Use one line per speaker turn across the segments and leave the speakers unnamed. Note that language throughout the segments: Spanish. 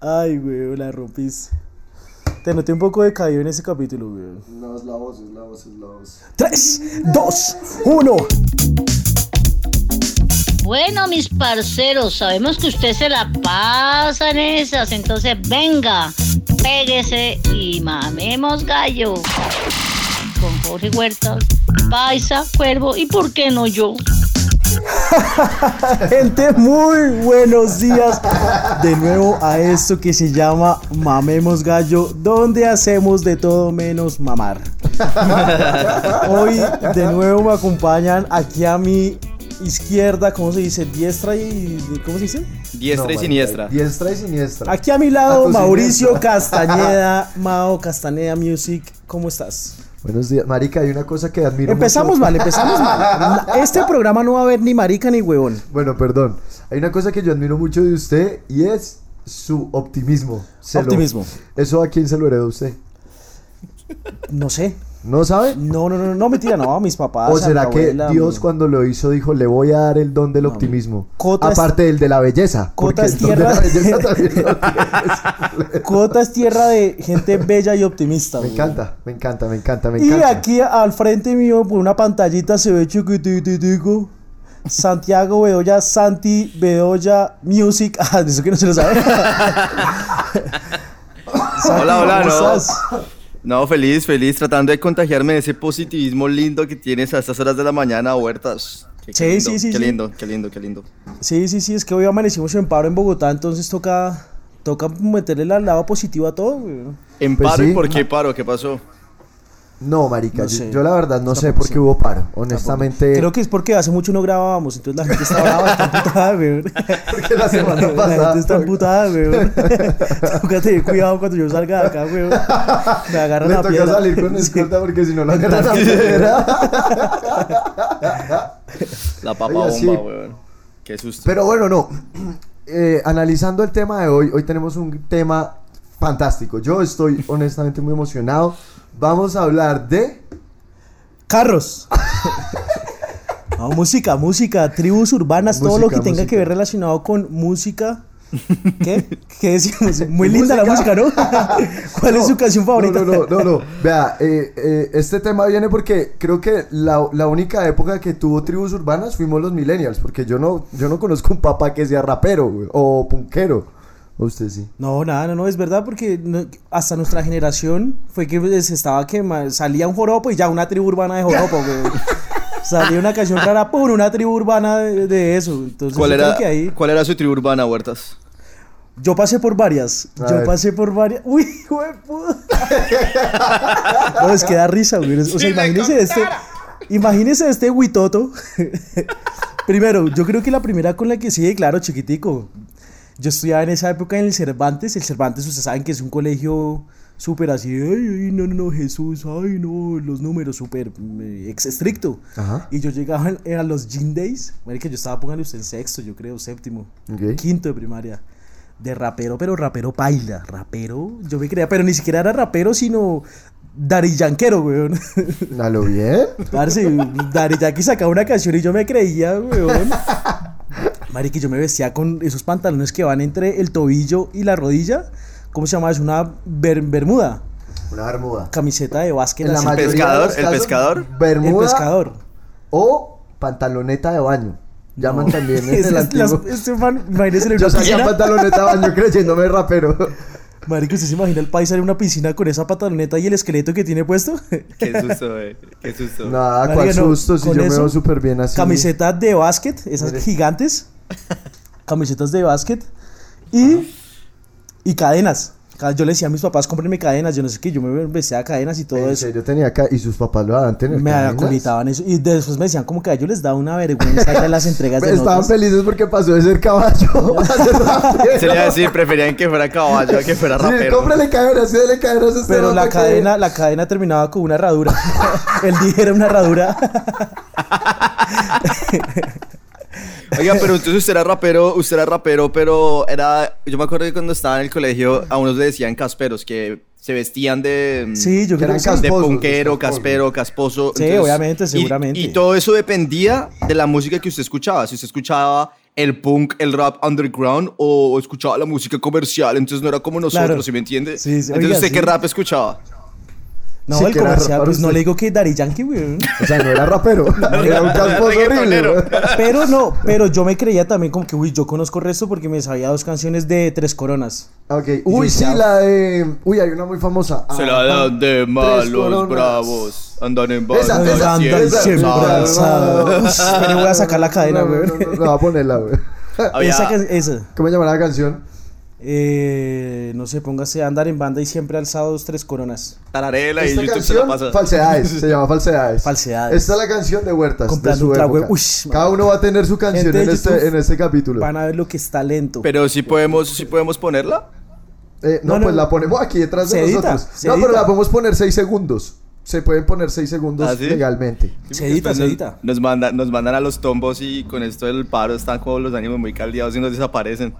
Ay, güey, la rompiste. Te noté un poco decaído en ese capítulo, güey.
No, es la voz, es la voz, es la voz.
3, 2, 1.
Bueno, mis parceros, sabemos que usted se la pasa en esas, entonces venga, péguese y mamemos gallo. Con Jorge Huerta, Paisa, Cuervo y por qué no yo.
Gente, muy buenos días de nuevo a esto que se llama Mamemos Gallo, donde hacemos de todo menos mamar. Hoy de nuevo me acompañan aquí a mi izquierda, ¿cómo se dice? Diestra y... ¿Cómo se dice?
No,
Diestra y
marica,
siniestra.
Diestra y siniestra.
Aquí a mi
A
lado,
tu
Mauricio
siniestra.
Castañeda, Mao Castañeda Music, ¿cómo estás?
Buenos días. Marica, hay una cosa que admiro
Empezamos
mucho.
mal, empezamos mal. Este programa no va a haber ni marica ni huevón.
Bueno, perdón. Hay una cosa que yo admiro mucho de usted y es su optimismo. Se lo-
Optimismo.
¿Eso a quién se lo heredó usted?
No sé.
¿No sabe?
No, no, no, no, mentira, no, a mis papás.
¿O
a mi
será que
abuela, a
Dios
mi-
cuando lo hizo dijo, le voy a dar el don del optimismo?
Cota es-
Aparte del de la belleza. porque
Cota es
el don de la
tierra-
belleza también lo tienes.
Cota es tierra de gente bella y optimista.
Me
güey.
encanta, me encanta, me encanta, me
Y
encanta.
aquí al frente mío, por una pantallita, se ve chiquititico. Santiago Bedoya, Santi Bedoya Music. Ah, eso que no se lo sabe. Santi,
Hola, hola,
¿cómo
no.
estás?
No, feliz, feliz, tratando de contagiarme de ese positivismo lindo que tienes a estas horas de la mañana, huertas. Qué- qué
Sí,
lindo,
sí, sí,
Qué
sí.
lindo, qué lindo, qué lindo.
Sí, sí, sí, es que hoy amanecimos en paro en Bogotá, entonces toca, toca meterle la lava positiva a todo. güey.
¿En
Pues
paro?
sí.
¿Y por qué paro? ¿Qué pasó?
No, marica,
No
yo-
sé.
yo, la verdad no sé
Tampoco
por qué
sé.
hubo paro. Honestamente,
Creo que es porque hace mucho no grabábamos, entonces la gente está brava, está emputada, güey.
porque la semana
La gente está
pasada
emputada, güey. Toca tener cuidado cuando yo salga de acá, güey. Me agarran
le
la
toca
piedra.
salir con
Sí.
escolta porque si no la agarran a piedra.
La papa
Oiga,
bomba,
sí.
weón. Qué susto.
Pero bueno, no. Eh, analizando el tema de hoy, hoy tenemos un tema fantástico. Yo estoy honestamente muy emocionado. Vamos a hablar de
Carros. No, música, música, tribus urbanas, todo lo que
Música,
tenga que
música.
ver relacionado con música. ¿Qué? ¿Qué decimos? Muy linda la música,
Música.
¿no? ¿Cuál es su canción favorita?
No, no, no, no, no. Vea, eh, eh, este tema viene porque creo que la, la única época que tuvo tribus urbanas fuimos los millennials, porque yo no, yo no conozco un papá que sea rapero güey, o punkero. O Usted sí.
No, nada, no, no, es verdad porque no- hasta nuestra generación fue que les estaba que ma- salía un joropo y ya una tribu urbana de joropo, güey. Salía una canción rara, por una tribu urbana de, de eso. Entonces,
¿Cuál
yo creo
era,
que ahí-
¿Cuál era su tribu urbana, huertas?
Yo pasé por varias.
A
yo
ver.
pasé por varias. Uy, hijo de puta. no, es que da risa, güey. O sea, imagínese este. Imagínese este huitoto. Primero, yo creo que la primera con la que sí, claro, chiquitico. Yo estudiaba en esa época en el Cervantes. El Cervantes, ustedes saben que es un colegio súper así. Ay, ay, no, no, no, Jesús. Ay, no, los números súper eh, ex- estricto.
Ajá.
Y yo llegaba en- a los gym days. Marica, yo estaba, póngale usted en sexto, yo creo, séptimo
Ok.
quinto de primaria. De rapero, pero rapero paila. Rapero, yo me creía, pero ni siquiera era rapero, sino darillanquero, weón.
¿A lo bien?
Parce, Dariyanqui sacaba una canción y yo me creía, weón. Marica, yo me vestía con esos pantalones que van entre el tobillo y la rodilla. ¿Cómo se llama? Es una ber- bermuda.
Una bermuda.
Camiseta de básquet.
En la
así.
mayoría de
pescador,
los
el
casos,
pescador.
el
Bermuda
pescador.
o pantaloneta de baño. Llaman también en
Es-
el
es- las-
antiguo.
este man, imagínese en
Yo
una
salía en
piscina.
pantaloneta de baño creyéndome rapero.
Marica, ¿usted se imagina el paisa en una piscina con esa pantaloneta y el esqueleto que tiene puesto?
Qué susto, güey. Qué susto.
Nada,
Marica,
Ah, cuál
no,
susto si
con
yo me
eso,
veo súper bien así.
Camisetas de básquet, esas
Mire.
gigantes. Camisetas de básquet. Y, y cadenas. Ca- Yo le decía a mis papás, cómprenme cadenas. Yo no sé qué, yo me vestía a cadenas y todo
En
eso.
serio tenía acá y sus papás lo daban tener.
Me
cadenas.
acolitaban eso. Y después me decían como que a ellos les daba una vergüenza ya las entregas de
Pues, Estaban
notas.
felices porque pasó de ser caballo a ser rapero.
Se le iba a decir, preferían que fuera caballo a que fuera
Sí,
rapero.
cómprale cadenas, sí, dele cadenas a este
Pero la
hombre que-
cadena, la cadena terminaba con una herradura. El dije era una herradura.
Oiga, pero entonces usted era rapero, usted era rapero, pero era... Yo me acuerdo que cuando estaba en el colegio a unos le decían casperos, que se vestían de... mm,
Sí, yo creo
Que eran
que sí.
casposos,
de
los
punquero,
casposos.
caspero, casposo.
Sí, obviamente,
y-
seguramente.
Y, todo eso dependía de la música que usted escuchaba. Si usted escuchaba el punk, el rap underground o escuchaba la música comercial, entonces no era como nosotros,
Claro.
¿sí me entiende?
Sí, sí,
entonces
oiga,
usted qué
sí.
rap escuchaba.
No,
Sí,
el
que era
comercial,
rapero
pues no
usted.
le digo que Daddy Yankee, güey.
O sea, no era rapero. era un casposo horrible.
reggaetonero.
weón.
Pero no, pero yo me creía también como que, uy, yo conozco el resto porque me sabía dos canciones de Tres Coronas.
Ok.
yo
Uy, sí,
decía,
la de. Uy, hay una muy famosa.
Se
Ah,
la dan de
tres
malos,
coronas.
bravos, andan en
Esa,
bandas,
Ah, esa,
Andan
esa,
siempre
esa.
alzados.
alzados. Pero voy a sacar la cadena,
No,
güey.
no, no, no, no, va a ponerla, güey.
Había-
Esa, can- esa.
¿Cómo llamará la canción?
Eh, no sé, póngase a andar en banda y siempre alzados Tres Coronas.
Tararela y
Esta
YouTube se la
canción,
pasa.
falsedades, se llama falsedades.
Falsedades.
Esta es la canción de Huertas.
Comprando
de su
un trago,
época.
uy,
Cada uno va a tener su canción
Gente de
en este,
YouTube,
en este capítulo.
Van a ver lo que está lento.
Pero sí podemos, sí podemos ponerla.
Eh, no,
No, no,
pues
no.
la ponemos aquí detrás
Se
de
edita,
nosotros.
se
no, pero
edita.
la podemos poner 6 segundos. Se pueden poner 6 segundos
¿Ah, sí?
legalmente.
se edita, se
Nos-
edita.
Nos, mandan, nos mandan a los tombos y con esto del paro están como los ánimos muy caldeados y nos desaparecen.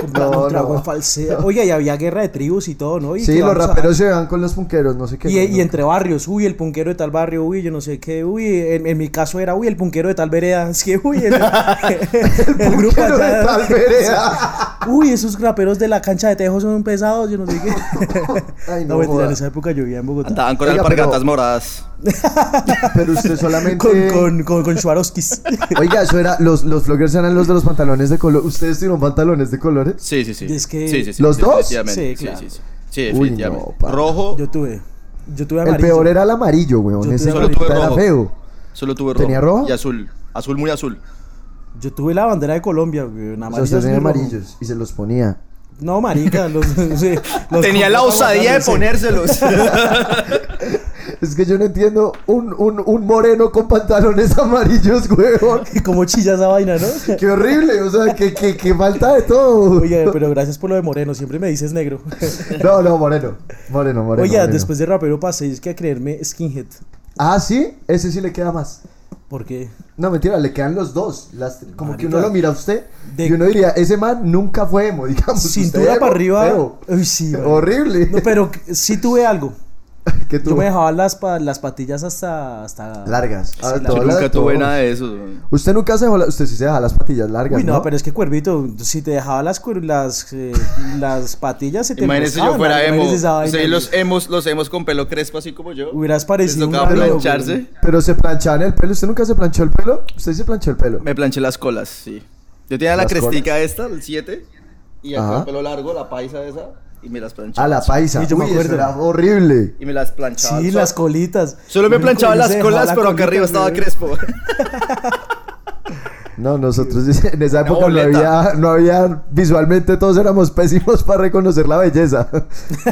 Comprando
No,
un trago
no.
en falsea. Oye, y había guerra de tribus y todo, ¿no? Y
Sí,
que
los
vamos a-
raperos se van con los punqueros, no sé qué.
Y,
no, no.
y entre barrios, uy, el punquero de tal barrio, uy, yo no sé qué, uy, en, en mi caso era, uy, el punquero de tal vereda, es que, uy, el, el grupo
Pero de
allá-
tal vereda.
uy, esos graperos de la cancha de Tejo son pesados, yo no sé qué.
Ay,
no,
no
mentira,
joda.
en esa época yo vivía en Bogotá.
Andaban con
Oiga,
alpargatas
pero-
moradas.
Pero usted solamente.
Con, con, con, con Swarovskis.
Oiga, eso era. Los, los vloggers eran los de los pantalones de color. ¿Ustedes tienen pantalones de colores?
Sí, sí, sí.
Y es que-
Sí, sí, sí,
¿Los dos?
definitivamente.
Sí, claro.
Sí, sí, sí. Sí,
Uy,
definitivamente.
no, pa.
Rojo,
Yo tuve, yo tuve
El
amarillo.
peor era el amarillo, weón.
Yo
Ese
tuve
solo tuve
era
rojo.
feo.
solo tuve rojo.
¿Tenía rojo?
Y azul. Azul, muy azul.
Yo tuve la bandera de Colombia, güey,
O
nada más.
sea, usted tenía amarillos y se los ponía.
No, marica, los, sí, los
Tenía la
compraba
osadía
guardando,
de
sí.
ponérselos.
Es que yo no entiendo un, un, un moreno con pantalones amarillos, weón.
Y como chilla esa vaina, ¿no?
Qué horrible, o sea, que, que, que falta de todo.
Oye, pero gracias por lo de Moreno, siempre me dices negro.
No, no, Moreno. Moreno, Moreno.
Oye,
Moreno.
después de rapero pasé es que a creerme skinhead.
Ah, sí, ese sí le queda más.
Porque
No, mentira, le quedan los dos. Las, como que uno
Marica.
lo mira a usted
De-
y uno diría, ese man nunca fue emo, digamos. Usted
cintura
emo,
para arriba.
feo.
Uy, sí. güey.
Horrible.
No, pero que- sí tuve algo.
que
Yo me dejaba las, pa- las patillas hasta. hasta...
Largas. Ah,
largas.
todo
Yo nunca
largo, todo.
tuve nada de eso. güey.
Usted nunca se dejó la- Usted sí se deja las patillas largas.
Uy, no,
no,
pero es que cuervito, si te dejaba las cuer- las, eh, las patillas, se te
Imagínese yo
enroscaban,
fuera
marica,
emo.
imagínese esa vaina,
Sí, los eh,
güey.
emos, los emos con pelo crespo así como yo.
Hubieras
Les
parecido un
tocaba
raro,
plancharse.
Pero se planchaban el pelo. ¿Usted nunca se planchó el pelo? ¿Usted se planchó el pelo?
Me planché las colas, sí. Yo tenía la
Las
crestica esta, el 7. Y acá
Ajá.
el pelo largo, la paisa esa. Y me las planché.
A la paisa.
Sí, yo me
Uy, eso
acuerdo.
era horrible.
Y me las planchaba.
Sí,
o sea,
las colitas.
Solo me
Uy,
planchaba
yo
las
se dejaba
colas,
la
pero acá
colita,
arriba estaba
güey.
crespo.
No, nosotros en esa
Una
época no
boleta.
había, no había, visualmente todos éramos pésimos para reconocer la belleza.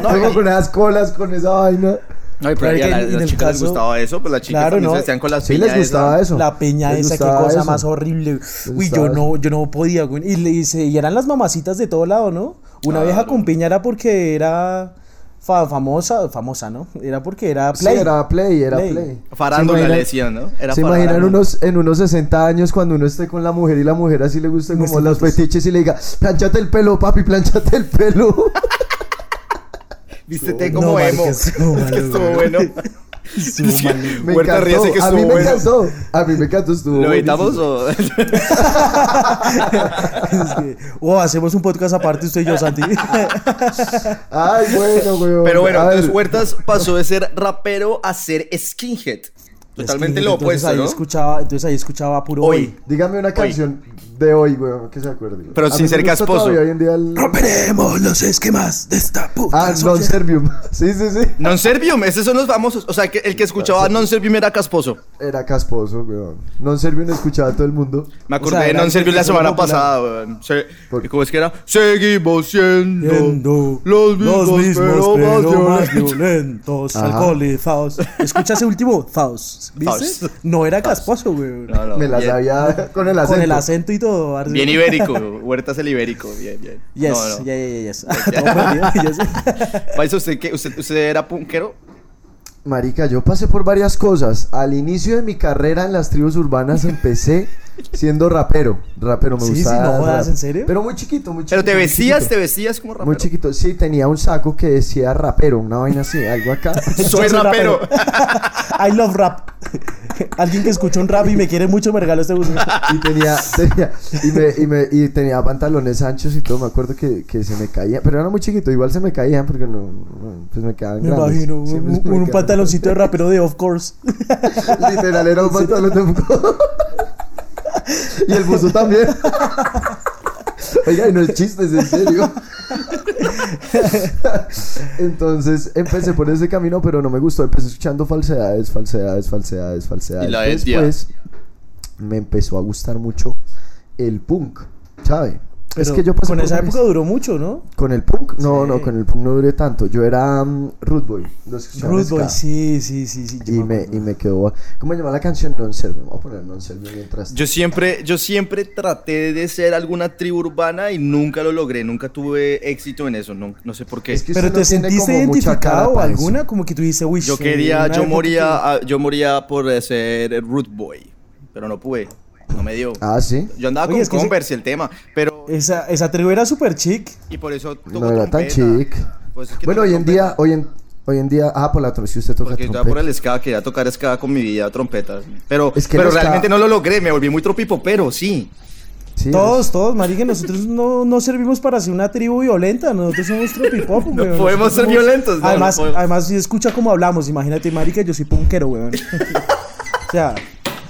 Luego con esas colas, con esa vaina.
No, pero
Claro
ahí a
que
la-
en
las
el
chicas les
caso-
gustaba eso, pues las chicas
Claro,
también
¿no?
se vestían con las
Sí, les gustaba eso.
La peña
Les
esa, qué
gustaba
cosa
eso.
más horrible. Uy, yo
gustaba
no, yo no podía, güey. Y, le- y se- y eran las mamacitas de todo lado, ¿no? Una vieja con piña era porque era fa- famosa, famosa, ¿no? Era porque era
Sí,
play.
era play, era
Play.
play.
Farándula
¿Se
le
imaginan-
decían, ¿no? Era
¿Se
farándula.
imaginan unos, en unos 60 años cuando uno esté con la mujer y la mujer así le gustan como
Muestra
los fetiches y le diga, planchate el pelo, papi, planchate el pelo?
Vístete
No,
como
marica,
emo.
estuvo
Es que
malo,
estuvo
güey.
bueno.
Estuvo mal.
Me
Huerta
encantó,
ríase que
a
estuvo
mí me
bueno.
encantó, a mí me encantó, estuvo
¿Lo editamos
buenísimo.
o...?
Es que, oh, hacemos un podcast aparte usted y yo, Santi.
Ay, bueno, weón.
Pero bueno,
A
entonces
ver,
Huertas pasó de ser rapero a ser skinhead. Totalmente
Es que,
lo
entonces
opuesto,
ahí
¿no?
escuchaba, entonces ahí escuchaba puro
Hoy.
hoy.
dígame una canción de hoy, weón, que se acuerde.
Pero
A
sin
mí me
ser
gusta
casposo.
todavía hoy en día el-
Romperemos los esquemas de esta puta.
Ah,
sociedad.
non servium. Sí, sí, sí.
Non Servium, esos son los famosos. O sea, que el que escuchaba Non Servium era casposo.
Era casposo, weón. Non servium escuchaba a todo el mundo.
Me acordé
O sea,
de
era
Non
algo
Servium la
que
semana
era popular.
pasada, weón. Se-
Por-
¿Cómo es que era? Seguimos siendo,
Siendo
los mismos, pero, más violentos.
violentos,
Ajá.
alcoholizados. Escucha ese último, Faust, ¿viste?
Faust.
No era casposo, güey.
No, no,
Me la
bien.
sabía con el acento.
Con el acento y todo. Arce.
Bien ibérico, Huertas el ibérico, bien, bien.
Yes,
No, no.
ya, ya, ya, yes. Todo perdido, yes.
Paisa, ¿usted, qué? ¿Usted, ¿usted era punkero?
Marica, yo pasé por varias cosas. Al inicio de mi carrera en las tribus urbanas empecé siendo rapero. Rapero me
Sí, sí,
gustaba.
no jodas,
rap.
¿en serio?
Pero muy chiquito, muy chiquito.
Pero te
muy
vestías,
chiquito.
te vestías como rapero.
Muy chiquito. Sí, tenía un saco que decía rapero, una vaina así, algo acá.
Soy rapero.
I love rap. Alguien que escucha un rap y me quiere mucho me regaló este buzo.
Y tenía, tenía, y me, y me- y tenía pantalones anchos y todo. Me acuerdo que, que se me caían, pero era muy chiquito. Igual se me caían porque no, no, pues me quedaban
Me
grandes.
imagino, un,
Sí, pues
un-
me
un
quedaban-
pantaloncito de rapero de Of Course.
Literal, era un pantalón de buzo. Y el buzo también. Oiga, y no es chistes, en serio. Entonces empecé por ese camino, pero no me gustó. Empecé escuchando falsedades, falsedades, falsedades, falsedades.
Y la etnia.
Después me empezó a gustar mucho el punk, ¿sabe? es
Pero
que yo pasé
con
por
esa
varias-
época duró mucho, ¿no?
¿Con el punk? No,
Sí.
no, con el punk no duré tanto. Yo era mm, Rude Boy. los que escuchaban
Rude Boy,
ska.
sí, sí, sí, sí.
Y
yo
me,
acuerdo.
y me quedó. ¿Cómo se llama la canción? Non Serve. Vamos a poner Non Serve mientras.
Yo siempre, yo siempre traté de ser alguna tribu urbana y nunca lo logré, nunca tuve éxito en eso, no, no sé por qué.
Es que
Pero
usted
te
no tiene
sentiste
como mucha cara
identificado
para eso.
alguna, como que tú dices, uy,
Yo
sí,
quería,
una
yo
época que-
moría, ah, yo moría por eh, ser root boy, pero no pude, no me dio.
Ah, sí.
Yo andaba
Oye,
con
es que ese-
Converse el tema, pero
Esa, esa tribu era súper chic.
y por eso toco
Eh, No era tan
trompeta.
chic.
Pues es que
bueno,
toco
hoy en
trompeta,
día. Hoy en, hoy en día. Ah, por la trompeta. Si usted toca
porque estaba por
trompeta.
el ska, quería tocar ska con mi vida, trompeta. Pero,
Es que
pero
el ska-
realmente no lo logré, me volví muy tropipo, pero sí.
Sí,
Todos, todos, marica, nosotros no, no servimos para ser una tribu violenta, nosotros somos tropipop, weón. nosotros
podemos ser
somos-
violentos, no,
Además,
no podemos.
además, si escucha cómo hablamos, imagínate, marica, yo soy punkero, weón. o sea,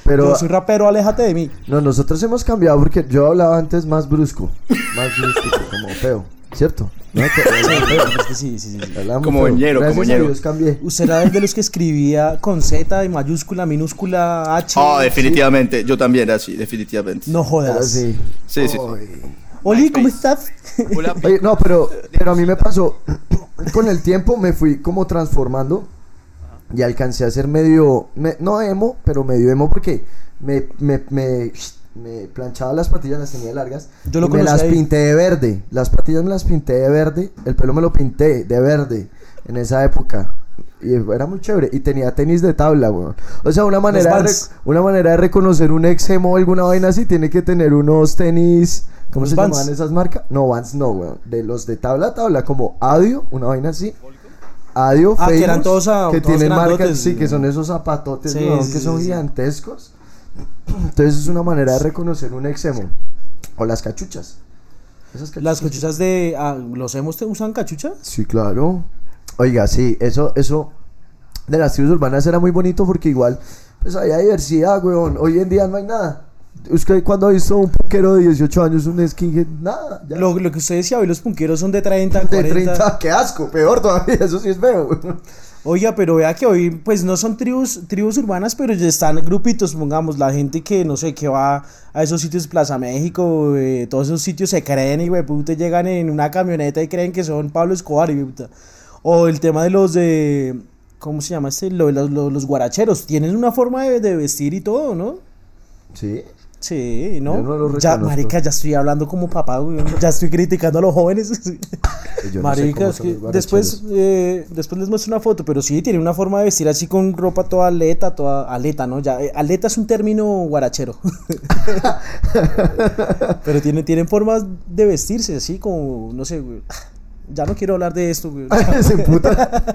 Pero.
yo soy rapero, aléjate de mí.
No, nosotros hemos cambiado porque yo hablaba antes más brusco. Más brusco, como feo. ¿Cierto? No, que-
Es que sí, sí, sí, sí.
hablaba muy
Como
feo.
ñero,
Gracias
como
a
ñero.
Dios cambié.
Usted era de los que escribía con Z, y mayúscula, minúscula, H.
Ah, definitivamente, yo también era así, definitivamente.
No
Pero
jodas.
sí.
Sí, sí, sí.
Ay.
Oli, ¿cómo estás?
Hola,
Oye, Eh, no, pero,
eh,
pero a mí me pasó, con el tiempo me fui como transformando y alcancé a ser medio, me- no emo, pero medio emo porque me, me, me, me planchaba las patillas, las tenía largas.
Yo lo
y me las
conocí ahí.
pinté de verde, las patillas me las pinté de verde, el pelo me lo pinté de verde en esa época. Y era muy chévere. Y tenía tenis de tabla, weón. O sea, una manera, de,
Vans.
rec- una manera de reconocer un ex emo o alguna vaina así, tiene que tener unos tenis. ¿Cómo
Los
se
Vans.
llaman esas marcas? No, Vans no, weón. De los de tabla a tabla, como Adio, una vaina así. Adio,
Ah, que
Famous,
eran todos a-
que
todos
tienen
grandotes,
marcas, sí,
weón.
que son esos zapatotes,
Sí,
weón,
sí,
que
sí,
son
sí.
gigantescos. Entonces es una manera de reconocer un ex emo. O las cachuchas. Esas cachuchas.
Las cachuchas de. ah, ¿Los hemos te usan cachucha?
Sí, claro. Oiga, sí, eso, eso de las tribus urbanas era muy bonito porque igual, pues había diversidad, weón. Hoy en día no hay nada. ¿Usted cuando ha visto un punquero de 18 años, un skinhead? Nada, ya.
Lo, lo que usted decía hoy, los punqueros son de 30,
de
40.
30, qué asco, peor todavía, eso sí es feo. weón.
Oiga, pero vea que hoy, pues no son tribus, tribus urbanas, pero ya están grupitos, pongamos, la gente que, no sé, que va a esos sitios, Plaza México, eh, todos esos sitios se creen y, güey, puta, llegan en una camioneta y creen que son Pablo Escobar y, puta. O el tema de los de, ¿cómo se llama este? Lo de los, los- los guaracheros, tienen una forma de, de vestir y todo, ¿no?
Sí.
Sí, ¿no?
Yo no lo
ya,
reconozco.
marica, ya estoy hablando como papá, güey, ya estoy criticando a los jóvenes.
Yo no sé
Marica,
cómo
es
son
que
los guaracheros.
después, eh, después les muestro una foto, pero sí, tiene una forma de vestir así con ropa toda aleta, toda aleta, ¿no? Ya, eh, aleta es un término guarachero. pero tienen, tienen formas de vestirse así como, no sé, güey. Ya no quiero hablar de esto, güey.
Se emputa.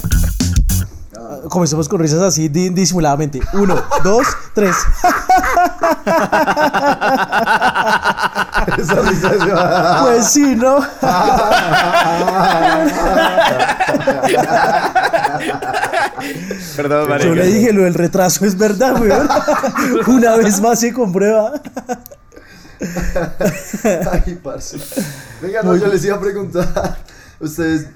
Comencemos con risas así di- disimuladamente. Uno, dos, tres.
Esa risa se va.
Pues sí, ¿no?
Perdón,
Yo
marica.
le dije lo del retraso, es verdad, güey. Una vez más se comprueba.
Ay, parce. Venga, no, yo les iba a preguntar. Ustedes,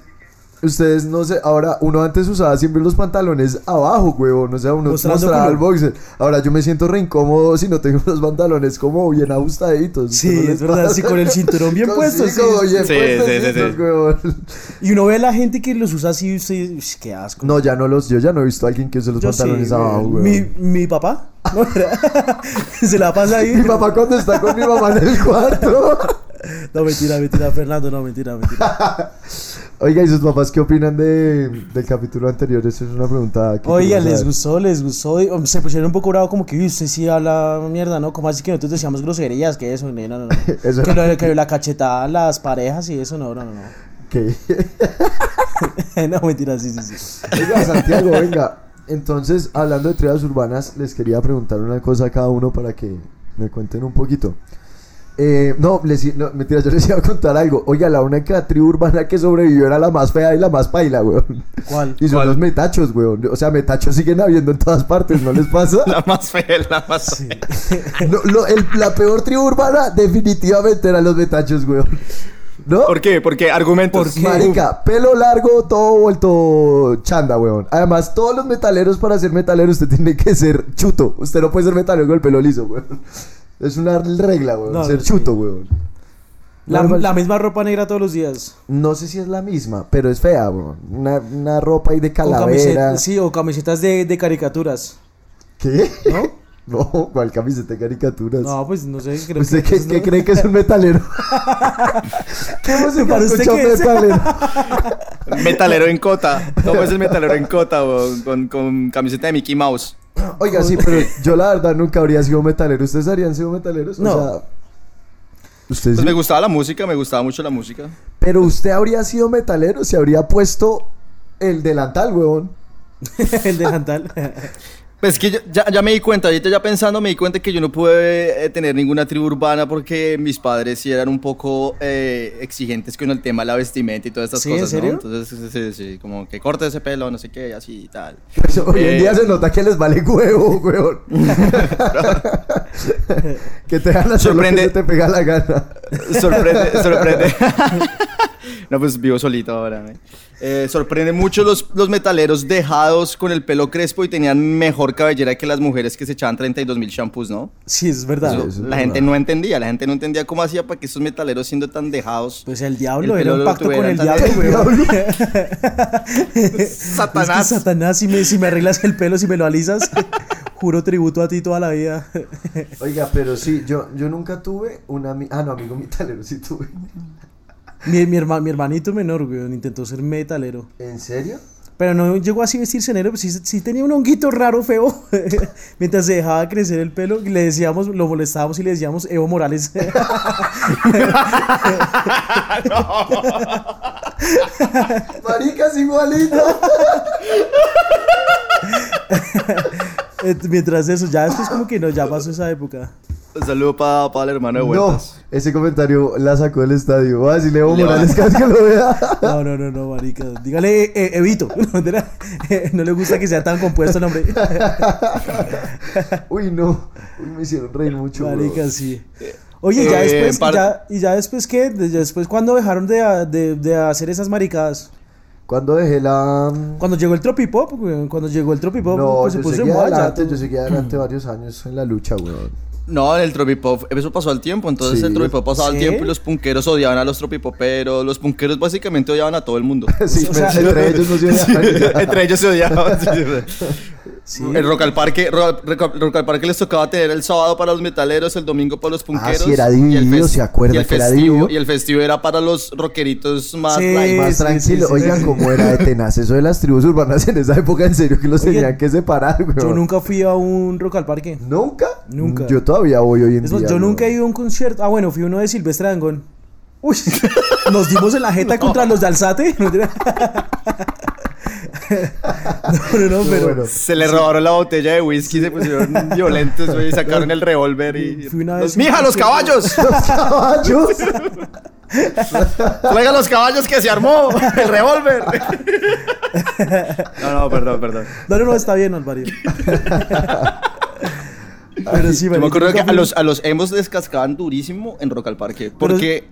ustedes no sé, ahora uno antes usaba siempre los pantalones abajo, huevón. O sea, uno
Mostrando
mostraba
culo.
el boxer. Ahora yo me siento re incómodo si no tengo los pantalones como bien ajustaditos.
Sí,
¿No les
es verdad,
pasa?
sí, con el cinturón bien
Con-
puesto,
Sí,
sí.
como bien
Sí,
puestecitos,
sí, sí, sí.
huevón.
Y uno ve a la gente que los usa así y usted, "Uy, qué asco.
No, ya no los, yo ya no he visto a alguien que use los
Yo
pantalones
sí,
abajo,
güey.
huevón.
mi,
Mi...
mi papá ¿no? se la pasa ahí.
papá cuando está con mi mamá en el cuarto.
No, mentira, mentira, Fernando, no, mentira, mentira.
Oiga, ¿y sus papás qué opinan de, del capítulo anterior? Esa es una pregunta. que
Oiga,
quiero
les
saber.
gustó, les gustó. y, um, Se pusieron un poco bravo como que, uy, usted sí habla mierda, ¿no? Como así que nosotros decíamos groserías, que eso, no, no, no.
Eso
que,
era-
lo- que la cachetada a las parejas y eso, no, no, no. no.
Ok.
no, mentira, sí, sí, sí.
Oiga, Santiago, venga. Entonces, hablando de tribus urbanas, les quería preguntar una cosa a cada uno para que me cuenten un poquito. Eh, no, les, i- no, mentira, yo les iba a contar algo. Oiga, la única tribu urbana que sobrevivió era la más fea y la más paila, weón.
¿Cuál?
Y son
¿Cuál?
los metachos, weón. O sea, metachos siguen habiendo en todas partes, ¿no les pasa?
La más fea, la más fea.
Lo- lo- el- la peor tribu urbana definitivamente eran los metachos, weón. ¿No?
¿Por qué? Porque argumentos.
¿Por qué?
Pues, Marica, pelo largo, todo vuelto chanda, weón. Además, todos los metaleros, para ser metalero, usted tiene que ser chuto. Usted no puede ser metalero con el pelo liso, weón. Es una regla, weón.
No,
ser
sí.
chuto, weón.
La,
Normal.
la misma ropa negra todos los días.
No sé si es la misma, pero es fea, weón. Una, una ropa ahí de
O
calavera.
camiseta- sí, o camisetas de, de caricaturas.
¿Qué?
¿No?
No, cuál camiseta de caricaturas.
No, pues no sé. Creo
¿Usted
que
qué,
pues,
qué
no.
cree que es un metalero? ¿Qué música
¿Para usted
escucha un
qué es?
metalero?
Metalero en cota. ¿Cómo es el metalero en cota, weón? Con, con camiseta de Mickey Mouse.
Oiga, sí, pero yo la verdad nunca habría sido metalero. ¿Ustedes habrían sido metaleros?
No.
O sea, ¿ustedes
Pues
sí?
me gustaba la música, me gustaba mucho la música.
Pero usted habría sido metalero si habría puesto el delantal, huevón.
El delantal.
Pues es que yo- ya, ya me di cuenta, ahorita ya pensando me di cuenta que yo no pude eh, tener ninguna tribu urbana porque mis padres sí eran un poco eh, exigentes con el tema de la vestimenta y todas estas
¿Sí? ¿En
cosas, ¿no?
serio?
Entonces, sí, sí, sí, como que corte ese pelo, no sé qué, así y tal.
Pues hoy en
Eh.
día se nota que les vale huevo, huevón. que te hagan hacer lo que
Sorprende.
se te pega la gana.
Sorprende, sorprende. no, pues vivo solito ahora. ¿eh? Eh, sorprende mucho los, los metaleros dejados con el pelo crespo y tenían mejor cabellera que las mujeres que se echaban 32 mil shampoos, ¿no?
Sí, es verdad.
Eso,
eso es
la gente
verdad.
no entendía, la gente no entendía cómo hacía para que esos metaleros siendo tan dejados.
Pues el diablo
El
era un
pelo
pacto
lo
con el
tuvieran
diablo,
tan-
weón. Es
Satanás.
que Satanás, si me, si me arreglas el pelo, si me lo alisas, juro tributo a ti toda la vida.
Oiga, pero sí, yo, yo nunca tuve un amigo. Ah, no, amigo metalero sí tuve.
Mi, mi, herma- mi hermanito menor, weón, intentó ser metalero.
¿En serio?
Pero no llegó así vestirse negro, pues sí, sí tenía un honguito raro, feo. Mientras se dejaba crecer el pelo, le decíamos, lo molestábamos y le decíamos Evo Morales.
Maricas igualito.
Eh, Mientras eso, ya después como que no, ya pasó esa época.
Un saludo para el hermano de
No,
vueltas.
ese comentario la sacó del estadio. Voy a decirle a Evo
Le va.
Morales cada vez que lo vea.
No, no, no, no, marica. Dígale, eh, Evito. No, mentira. Eh, no le gusta que sea tan compuesto el nombre.
Uy, no. Uy, me hicieron reír mucho. huevón.
Marica, sí. Oye, ya
Eh,
después,
par-
ya- ¿y ya después qué? De- Después, ¿cuándo dejaron de, a- de- de hacer esas maricadas?
Cuando dejé la.
Cuando llegó el tropipop, güey, cuando llegó el tropipop,
No,
pues se
yo
puso
seguí
en moda ya.
adelante, yo seguí adelante varios años en la lucha, weón.
No, el tropipop, eso pasó al tiempo, entonces
Sí.
el tropipop pasaba
¿Sí?
al tiempo y los punqueros odiaban a los tropipoperos, los punqueros básicamente odiaban a todo el mundo.
Sí,
O sea,
pero entre ellos no se odiaban.
Entre ellos se odiaban. sí, sí.
Sí.
El Rock al Parque, Rock, Rock- Rock al Parque les tocaba tener el sábado para los metaleros, el domingo para los punqueros.
sí, era
y el
dividido,
fes-
¿se acuerda
y el
que era
festivo-
dividido?
Y el festivo era para los rockeritos más
Sí.
light.
Más
sí, sí,
tranquilo.
sí,
Oigan,
sí.
cómo era de tenaz eso de las tribus urbanas en esa época, en serio, que los
Oye,
tenían que separar, weón.
Yo nunca fui a un rock al parque.
¿Nunca?
Nunca.
Yo todavía voy hoy en
Es
día.
más, yo
weón.
nunca he ido a un concierto. Ah, bueno, fui a uno de Silvestre Dangón. Uy, nos dimos en la jeta contra los de Alzate. No, mentira. no, no, no,
Pero
pero
bueno.
Se le robaron la botella de whisky, se pusieron violentos, güey, sacaron el revólver y...
Fui una vez
Los-
a un
¡Mija, los caballos!
Los caballos.
¡Traiga los caballos que se armó! ¡El revólver! No, no, perdón, perdón.
no, no, no, está bien, Alvario. pero sí,
Yo me
marica,
acuerdo que
nunca
a
fui-
los, a los emos les cascaban durísimo en Rock al Parque. Porque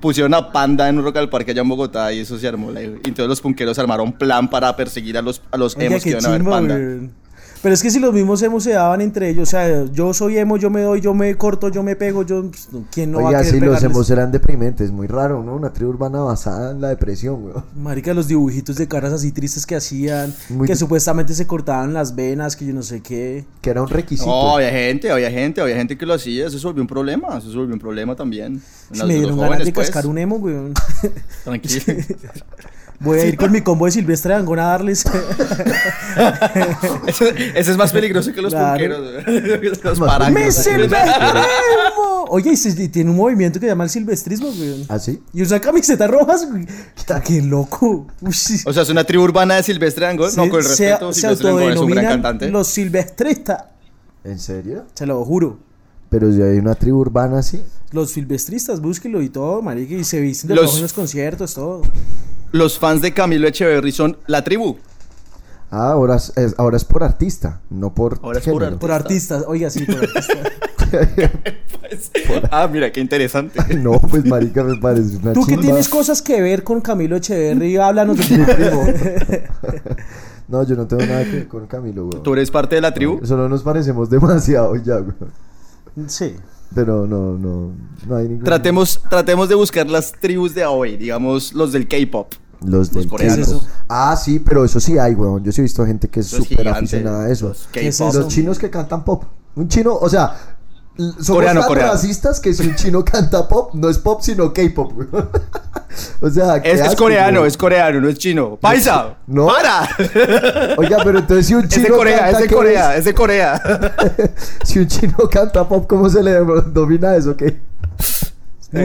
pusieron a Panda en un Rock al Parque allá en Bogotá y eso se armó. la- Y entonces los punqueros armaron plan para perseguir a los, a los
Oiga,
emos que
qué
iban a ver
chimba,
Panda.
weón. Pero es que si los mismos emos se daban entre ellos, o sea, yo soy emo, yo me doy, yo me corto, yo me pego, yo. pues, ¿Quién no va a
Oiga,
querer
sí, los
pegarles?
emos eran deprimentes, muy raro, ¿no? Una tribu urbana basada en la depresión, weón.
Marica, los dibujitos de caras así tristes que hacían,
Muy
que
tri-
supuestamente se cortaban las venas, que yo no sé qué.
Que era un requisito.
pues.
No, había gente, había gente, había gente que lo hacía, eso se volvió un problema, eso se volvió un problema también. En
Si
los-
me
los
dieron
jóvenes,
ganas de
pues.
cascar un emo, weón.
Tranquilo.
Voy a ir con mi combo de Silvestre Angón a darles.
Eso- Ese es más peligroso que los
Claro.
punqueros. güey. los
Más
parangos.
¡Me
peligroso.
silvestremo! Oye, y se- tiene un movimiento que se llama el silvestrismo, weón.
¿Ah, sí?
Y usa camisetas rojas, güey. Puta, ¡Qué loco! Uy, sí.
O sea, es una tribu urbana de Silvestre Angón. no, con el
Se-
respeto,
se,
Silvestre Angón es un gran
autodenominan
cantante.
los silvestristas.
¿En serio?
Se lo juro.
Pero si hay una tribu urbana así.
Los silvestristas, búsquenlo y todo, marica. Y se visten de
Los-
rojo en los conciertos, todo.
Los fans de Camilo Echeverry son la tribu.
Ah, ahora es, es- ahora es por artista, no por
Ahora es por
género.
Por artistas, oiga, sí, por artistas.
ah, mira, qué interesante.
No, pues marica me parece una
Tú que
chimba.
tienes cosas que ver con Camilo Echeverry, háblanos de tu primo.
No, yo no tengo nada que ver con Camilo, weón.
¿Tú eres parte de la tribu?
Solo nos parecemos demasiado ya, weón.
Sí.
Pero no, no, no hay ningún...
Tratemos, tratemos de buscar las tribus de hoy, digamos los del K-pop.
Los del
coreanos.
K-pop.
¿Qué es eso?
Ah, sí, pero eso sí hay, weón. Yo sí he visto gente que es
Eso es
súper
gigante,
aficionada a eso.
los
¿Qué es
K-pop.
eso?
Los chinos que cantan pop. Un chino, o sea, l- somos
Coreano,
tan
coreano.
racistas que si un chino canta pop, no es pop, sino K-pop. weón. o sea, qué
Es, es
asco,
coreano,
weón.
es coreano, no es chino. ¡Paisa!
No.
¡Para!
Oiga, pero entonces si un
Es
chino
de Corea,
canta
es de
¿qué
Corea, es de Corea.
si un chino canta pop, ¿cómo se le domina eso? ¿Qué?
Eh,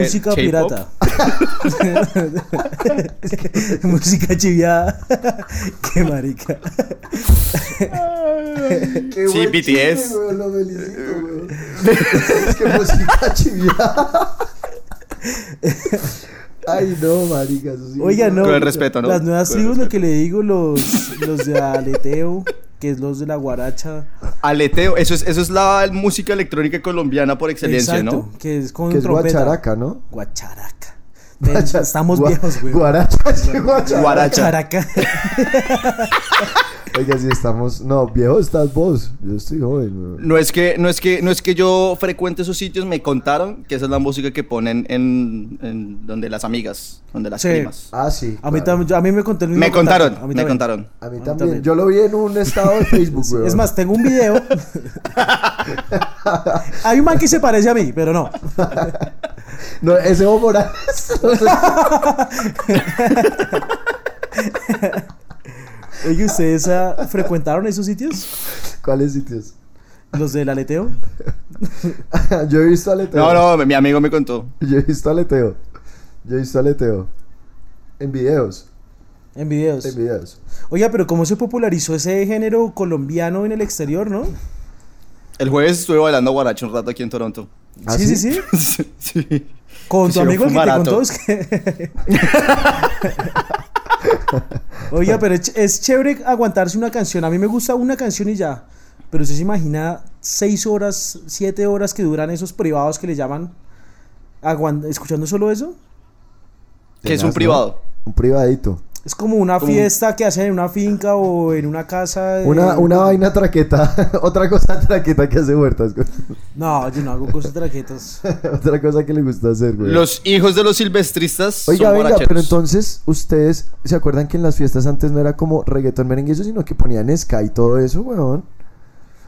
Música
J-pop.
pirata. Música chiviada. Qué marica.
Qué
Sí,
buen
BTS.
chiste, weón, lo felicito, weón. es que música chiviada. Ay, no, marica. eso sí.
Oiga, no.
Con el respeto, ¿no?
Las nuevas
Con el
tribus, lo que le digo, los, los de Aleteo, que es los de la guaracha.
Aleteo, eso es, eso es la música electrónica colombiana por excelencia,
Exacto,
¿no?
que es con
Que es
trompeta.
guacharaca, ¿no?
Guacharaca. Ven, Estamos
Gua-
viejos, güey.
Guaracha, sí, guaracha.
Guaracha.
Guacharaca.
Oiga, si estamos. No, viejo estás vos. Yo estoy joven, weón.
No es que, no es que, no es que yo frecuente esos sitios, me contaron que esa es la música que ponen en, en donde las amigas, donde las
Sí.
primas.
Ah, sí.
A mí,
claro.
también, a mí me contó el mismo
Me contaron,
contacto, a mí
me
también.
contaron.
A mí
mí
también.
también.
Yo lo vi en un estado de Facebook, weón.
Es más, tengo un video. Hay un man que se parece a mí, pero no.
No, ese Evo Morales.
Oye, ¿ustedes ah, frecuentaron esos sitios?
¿Cuáles sitios?
¿Los del aleteo?
Yo he visto aleteo.
No, no, mi amigo me contó.
Yo he visto aleteo. Yo he visto aleteo. En videos.
En videos.
En videos.
Oiga, pero ¿cómo se popularizó ese género colombiano en el exterior, no?
El jueves estuve bailando guaracha un rato aquí en Toronto.
¿Ah,
sí, sí, sí,
Sí.
Con tu
Hicieron
amigo el que te
fumarato.
contó. Es que... Oiga, pero es, ch- es chévere aguantarse una canción. A mí me gusta una canción y ya. Pero usted se imagina seis horas, siete horas que duran esos privados que le llaman aguan- escuchando solo eso.
Que es
Tenaz,
un
¿no?
privado.
Un privadito.
Es como una
Como-
fiesta que hacen en una finca o en una casa. de-
Una, una vaina traqueta. Otra cosa traqueta que hace huertas. güey.
No, yo no hago cosas traquetas.
Otra cosa que le gusta hacer, güey.
Los hijos de los silvestristas
Oiga,
son
venga,
guaracheros.
pero entonces ustedes se acuerdan que en las fiestas antes no era como reggaetón merengue y eso, sino que ponían ska y todo eso, weón.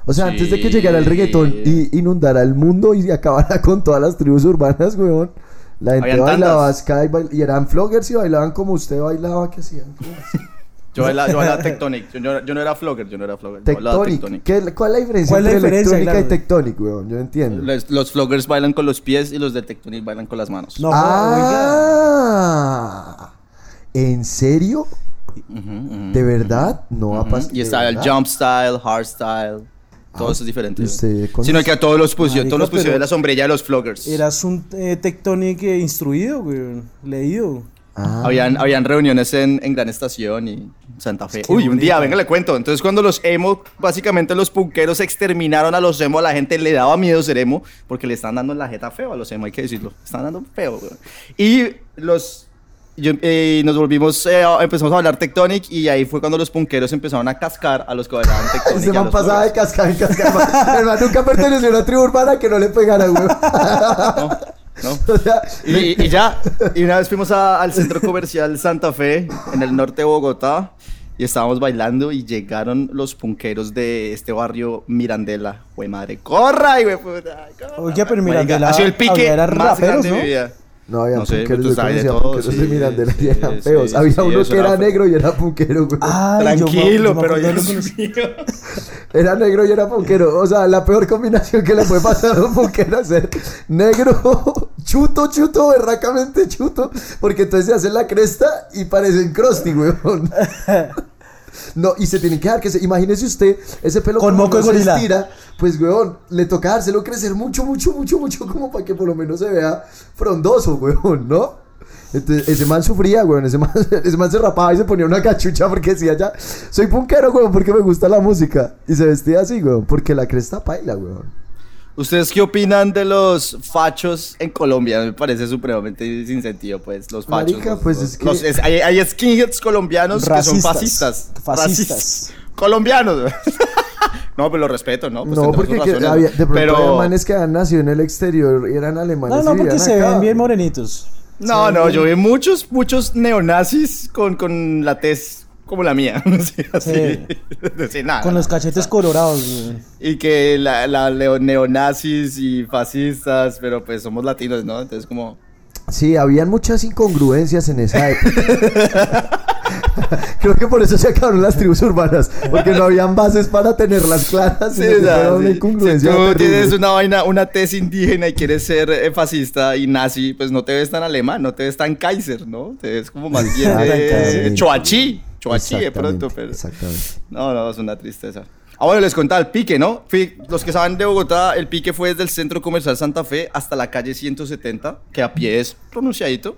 O sea, antes de que
Sí.
llegara el reggaetón y inundara el mundo y acabara con todas las tribus urbanas, weón. La gente
Habían
bailaba
tantas.
ska y, bail- y eran floggers y bailaban como usted bailaba, que hacían.
Yo bailaba, yo bailaba Tectonic. Yo, no- yo no era flogger, yo no era flogger. yo bailaba
Tectonic. ¿Qué- ¿Cuál es la diferencia
¿Cuál es
entre
la diferencia?
electrónica y
Claro.
tectonic, weón? Yo no entiendo.
Los, los floggers bailan con los pies y los de Tectonic bailan con las manos.
No, oiga.
ah, ¿en serio?
Ujú, ujú.
¿De verdad? No va a pasar.
Y está el
¿verdad? Ah,
jump style, hard style, todo eso es diferente.
¿y usted conoce?
Sino que a todos los pusieron,
Marica,
todos los pusieron
pero-
la sombrilla de los floggers.
Eras un eh, tectonic eh, instruido, güey. Leído.
Ah.
Habían, habían reuniones en, en Gran Estación y Santa Fe.
que
Uy, un
bonito.
día, venga, le cuento. Entonces, cuando los emo, básicamente los punqueros exterminaron a los emo, a la gente le daba miedo ser emo porque le están dando en la jeta feo a los emo, hay que decirlo. Están dando feo, weón. Y los yo- eh, y nos volvimos, eh, a- empezamos a hablar Tectonic y ahí fue cuando los punqueros empezaron a cascar a los Pues que bailaban Tectonic.
Ese
y a
man
los
pasaba de cascada en cascada. El man nunca perteneció a una tribu urbana que no le pegara, güey.
progres, ¿no? ¿no?
O sea,
Y, y ya, y una vez fuimos a- al centro comercial Santa Fe, en el norte de Bogotá, y estábamos bailando y llegaron los punqueros de este barrio Mirandela. Jue madre, corra, y puta. corra,
Oye, pero
marica.
Mirandela
Ha sido el pique
había era
más
raperos,
grande
¿no?
de mi vida.
No había
No sé,
punqueros,
tú
yo
sabes de
conocía
todo,
punqueros de
sí,
Mirandela y
sí,
eran
sí,
feos.
sí,
Había
sí,
uno
eso
que era
era feo. Ah.
negro y era punquero, güey.
Ay, yo me- yo
Tranquilo,
me
pero
acuerdo de los-
Dios mío.
Era negro y era punquero. O sea, la peor combinación que le puede pasar a un punquero es ser negro, chuto, chuto, berracamente chuto. Porque entonces se hacen la cresta y parecen crusty, weón. No, y se tienen que dar que se. Imagínese usted ese pelo
Con
como
moco
no
de
se
gorila.
estira, pues weón, le toca dárselo crecer mucho, mucho, mucho, mucho, como para que por lo menos se vea frondoso, weón, ¿no? Entonces, ese man sufría, weón. Ese man, ese man se rapaba y se ponía una cachucha porque decía ya, soy punquero, weón, porque me gusta la música. Y se vestía así, weón, porque la cresta paila, weón.
¿Ustedes qué opinan de los fachos en Colombia? Me parece supremamente sin sentido, pues, los fachos.
Marica,
los-
pues,
los-
es que-
los- hay, hay skinheads colombianos que
Racistas.
son fascistas.
Fascistas.
Colombianos. no, pero lo respeto, ¿no? Pues
no,
tendrán sus
porque que-
razones,
había- de pronto
pero...
había manes que han nacido en el exterior y eran alemanes.
No, no,
y
porque
vivían
se
acá,
ven bien
weón.
morenitos.
No, no, yo vi muchos, muchos neonazis con, con la tez como la mía. Sí, así.
Sí.
Sí, nada.
Con los cachetes colorados, güey.
Y que la, la leo- neonazis y fascistas, pero pues somos latinos, ¿no? Entonces como...
Sí, habían muchas incongruencias en esa época. Creo que por eso se acabaron las tribus urbanas, porque no habían bases para tenerlas claras.
Sí,
sino que
o sea,
fuera una
sí. Si
incongruencia
tú
terrible.
tienes una vaina, una tesis indígena y quieres ser eh, fascista y nazi, pues no te ves tan alemán, no te ves tan Kaiser, ¿no? Te ves como más
Ah,
bien eh,
Exactamente.
choachí, choachí de pronto,
Exactamente,
pero...
Exactamente.
No, no, es una tristeza. Ah, bueno, les contaba el pique, ¿no? Fui- los que saben de Bogotá, el pique fue desde el Centro Comercial Santa Fe hasta la calle 170, que a pie es pronunciadito.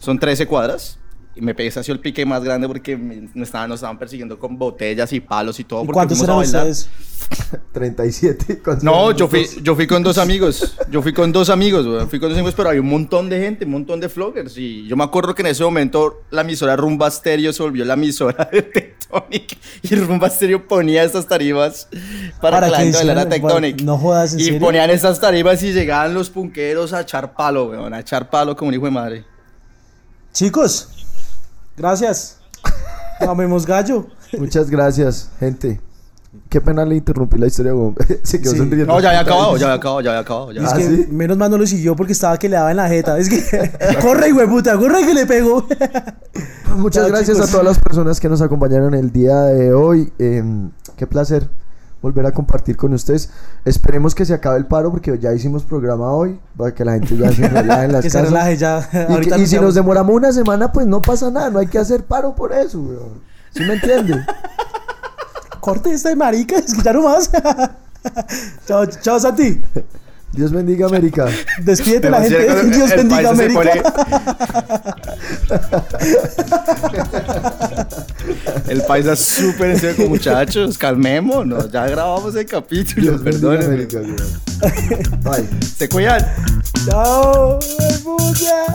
Son 13 cuadras. Y me pegué hacia el pique más grande porque me, me estaban, nos estaban persiguiendo con botellas y palos y todo.
¿Y
porque
cuántos
fuimos a
eran
bailar.
ustedes?
37. ¿cuántos
No,
eran
yo fui,
los
yo fui con dos amigos. Yo fui con dos amigos, weón. Fui con dos amigos, pero había un montón de gente, un montón de vloggers. Y yo me acuerdo que en ese momento la emisora Rumba Stereo se volvió la emisora de Tectonic. Y Rumba Stereo ponía estas tarifas para,
Para
que la
que
gente bailara
hicieran-
Tectonic.
no jodas, ¿en
Y
serio?
ponían estas tarifas y llegaban los punqueros a echar palo, weón. A echar palo como un hijo de madre.
Chicos, gracias. Amemos gallo.
dos? Muchas gracias, gente. Qué pena le interrumpí la historia, weón. Se quedó
Sí.
sonriendo.
No, ya había acabado, ya había acabado, ya había acabado. ya
Es
¿Ah,
que
sí?
menos mal no lo siguió porque estaba que le daba en la jeta. Es que corre, güey, puta, corre que le pegó.
Pues Muchas
Chao,
gracias
chicos.
a todas las personas que nos acompañaron el día de hoy. Eh, qué placer volver a compartir con ustedes. Esperemos que se acabe el paro porque ya hicimos programa hoy para que la gente ya se relaje en las
que se
casas.
relaje ya.
Y, que-
Ahorita
y si
anunciamos.
nos demoramos una semana, pues no pasa nada. No hay que hacer paro por eso, weón. ¿Sí me entiende?
Corte esta de marica, es que ya no más. chao, chao, Santi.
Dios bendiga América.
Despídete la gente.
Demasiado-
Dios
el
bendiga
país se
América.
pone- el paisa es súper en serio, muchachos, calmémonos, ya grabamos el capítulo,
Dios bendiga
perdónenme.
América, weón. Bye.
Se cuidan.
Chao, puta.